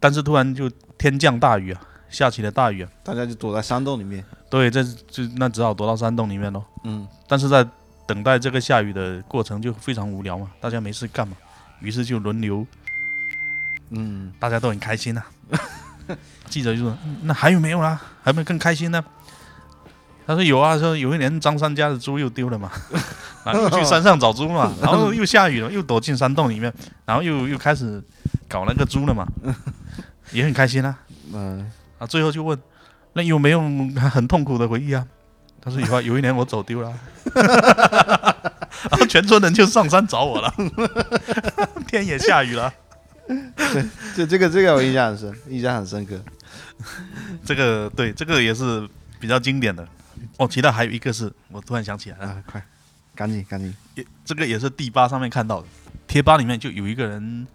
但是突然就天降大雨啊，下起了大雨啊，大家就躲在山洞里面。对，这就那只好躲到山洞里面喽。嗯但是在等待这个下雨的过程就非常无聊嘛，大家没事干嘛，于是就轮流，嗯大家都很开心呐、 <laughs> 记者就说：“嗯那还有没有啦？还有没有更开心呢？”他说：“有啊，说有一年张三家的猪又丢了嘛， <laughs> 然后又去山上找猪嘛，然后又下雨了，又躲进山洞里面，然后又又开始搞那个猪了嘛，也很开心啊。”嗯，啊，最后就问，那有没有很痛苦的回忆啊？他说有啊，有一年我走丢了啊， <laughs> 然后全村人就上山找我了， <laughs> 天也下雨了。这这个这个我印象很深，印象很深刻。这个对，这个也是比较经典的。哦，其他还有一个是我突然想起来了，啊，快，赶紧赶紧。也这个也是贴吧上面看到的，贴吧里面就有一个人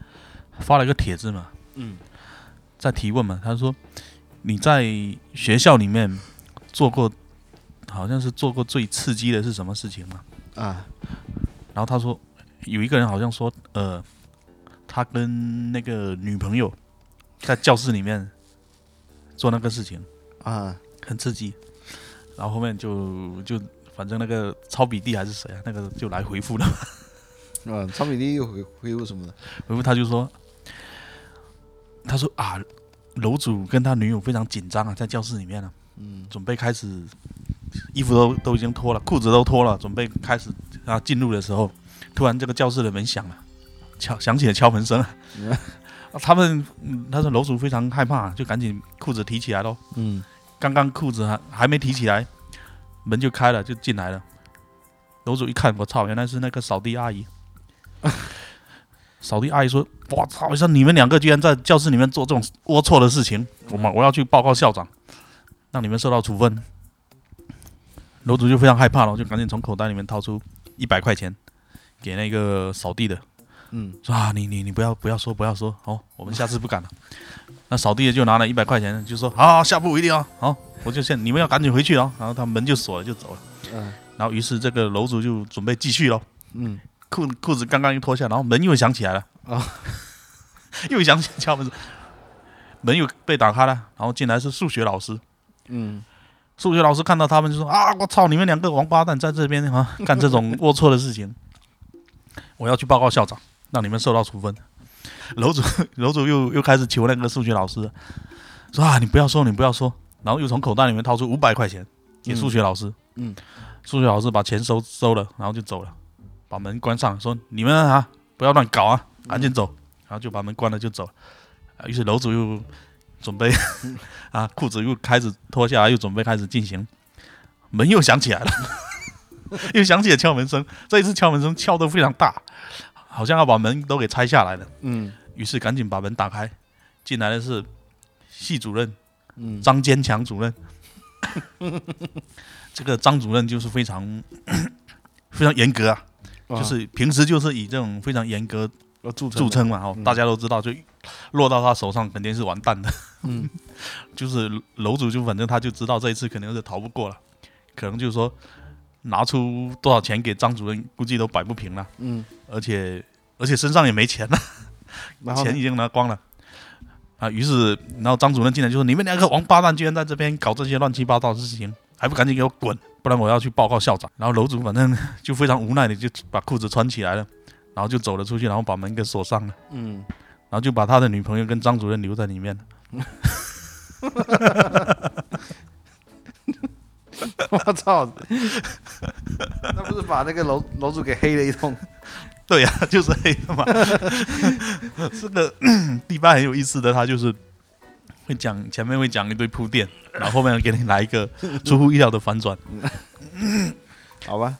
发了一个帖子嘛，嗯在提问嘛，他说你在学校里面做过，好像是做过最刺激的是什么事情吗？啊，然后他说有一个人好像说，呃，他跟那个女朋友在教室里面做那个事情，啊，很刺激。然后后面就就反正那个抄笔弟还是谁啊，那个就来回复了，啊，超比例又回恢复什么的？回复他就说，他说啊，楼主跟他女友非常紧张啊，在教室里面呢、嗯，准备开始，衣服都都已经脱了，裤子都脱了，准备开始啊进入的时候，突然这个教室的门响了，敲响起了敲门声啊。啊 <laughs> 他们，嗯他说楼主非常害怕，啊就赶紧裤子提起来喽。嗯，刚刚裤子还还没提起来，门就开了，就进来了。楼主一看，我操，原来是那个扫地阿姨。 <laughs> 扫地阿姨说：“我操，像你们两个居然在教室里面做这种龌龊的事情，我们我要去报告校长，让你们受到处分。”楼主就非常害怕了，就赶紧从口袋里面掏出一百块钱，给那个扫地的，嗯，说啊，你你你不要不要说不要说，好、我们下次不敢了。那扫地的就拿了一百块钱，就说好、好下不为例啊，好、我就现你们要赶紧回去啊。然后他门就锁了，就走了。嗯然后于是这个楼主就准备继续喽，嗯，裤裤子刚刚一脱下，然后门又响起来了啊， <laughs> 又响起敲门声，门又被打开了，然后进来是数学老师。嗯，数学老师看到他们就说：“啊，我操，你们两个王八蛋在这边 <laughs> 啊，干这种龌龊的事情，我要去报告校长，让你们受到处分。”楼主 <laughs> 楼主又又开始求那个数学老师，说：“啊，你不要说，你不要说。”然后又从口袋里面掏出五百块钱给数学老师。嗯，数学老师把钱收收了，然后就走了，把门关上，说：“你们啊，不要乱搞啊，嗯赶紧走。然后就把门关了，就走了。啊于是楼主又准备 <laughs> 啊，裤子又开始脱下来，又准备开始进行，门又响起来了， <laughs> 又响起了敲门声。这一次敲门声敲得非常大，好像要把门都给拆下来了。嗯于是赶紧把门打开，进来的是系主任嗯，张坚强主任。 <laughs> 这个张主任就是非常 <coughs> 非常严格啊，就是平时就是以这种非常严格要著著称嗯嘛，哦，大家都知道，就落到他手上肯定是完蛋的。嗯， <laughs> 就是楼主就反正他就知道这一次肯定是逃不过了，可能就是说拿出多少钱给张主任，估计都摆不平了，嗯，而且而且身上也没钱了，然后呢钱已经拿光了。啊，于是，然后张主任进来就说：“你们两个王八蛋，居然在这边搞这些乱七八糟的事情，还不赶紧给我滚，不然我要去报告校长。”然后楼主反正就非常无奈的就把裤子穿起来了，然后就走了出去，然后把门给锁上了。嗯，然后就把他的女朋友跟张主任留在里面了。 <laughs> 我操，那不是把那个楼楼主给黑了一通？对呀、就是黑的嘛。 <laughs> 这个嗯地方很有意思的，他就是会讲前面会讲一堆铺垫，然后后面给你来一个出乎意料的反转。好吧，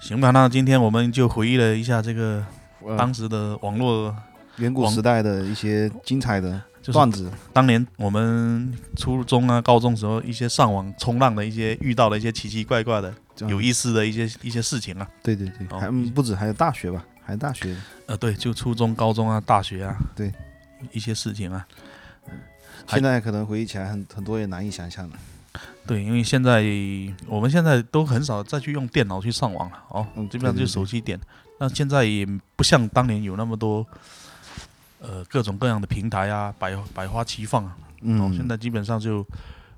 行吧，那今天我们就回忆了一下这个呃当时的网络，远古王时代的一些精彩的就是段子，当年我们初中啊、高中时候一些上网冲浪的一些遇到的一些奇奇怪怪的、这样有意思的一些一些事情啊。对对对，哦还嗯不止，还有大学吧，还有大学，呃，对，就初中、高中啊、大学啊，对一些事情啊。还现在可能回忆起来很很多也难以想象了。对，因为现在我们现在都很少再去用电脑去上网了哦，嗯基本上对就对手机点。那现在也不像当年有那么多，呃，各种各样的平台啊，百百花齐放啊。哦，现嗯，在基本上就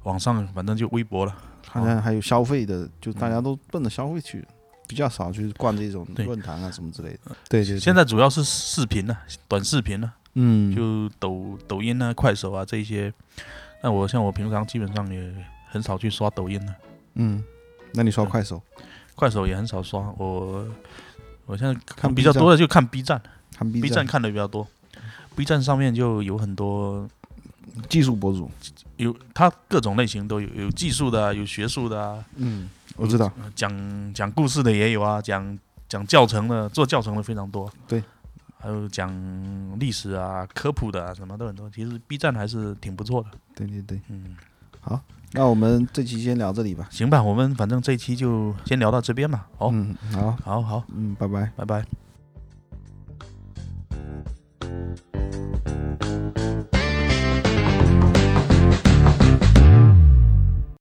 网上，反正就微博了。好像还有消费的，就大家都奔着消费去，比较少去逛这种嗯对呃论坛啊什么之类的。对对，对现在主要是视频啊，短视频啊，嗯，就抖抖音啊、快手啊这一些。那我像我平常基本上也很少去刷抖音了、嗯，那你刷快手，快手也很少刷。我我现在看比较 B 站多的就看 B 站。看 B 站看的比较多，B 站上面就有很多技术博主，有它各种类型都有，有技术的啊、有学术的啊，嗯，我知道，呃讲讲故事的也有啊，讲讲教程的，做教程的非常多。对，还有讲历史啊、科普的啊，什么都很多。其实 B 站还是挺不错的。对对对，嗯，那我们这期先聊这里吧。行吧，我们反正这一期就先聊到这边嘛。好，嗯，好，好好，嗯，拜拜。拜拜。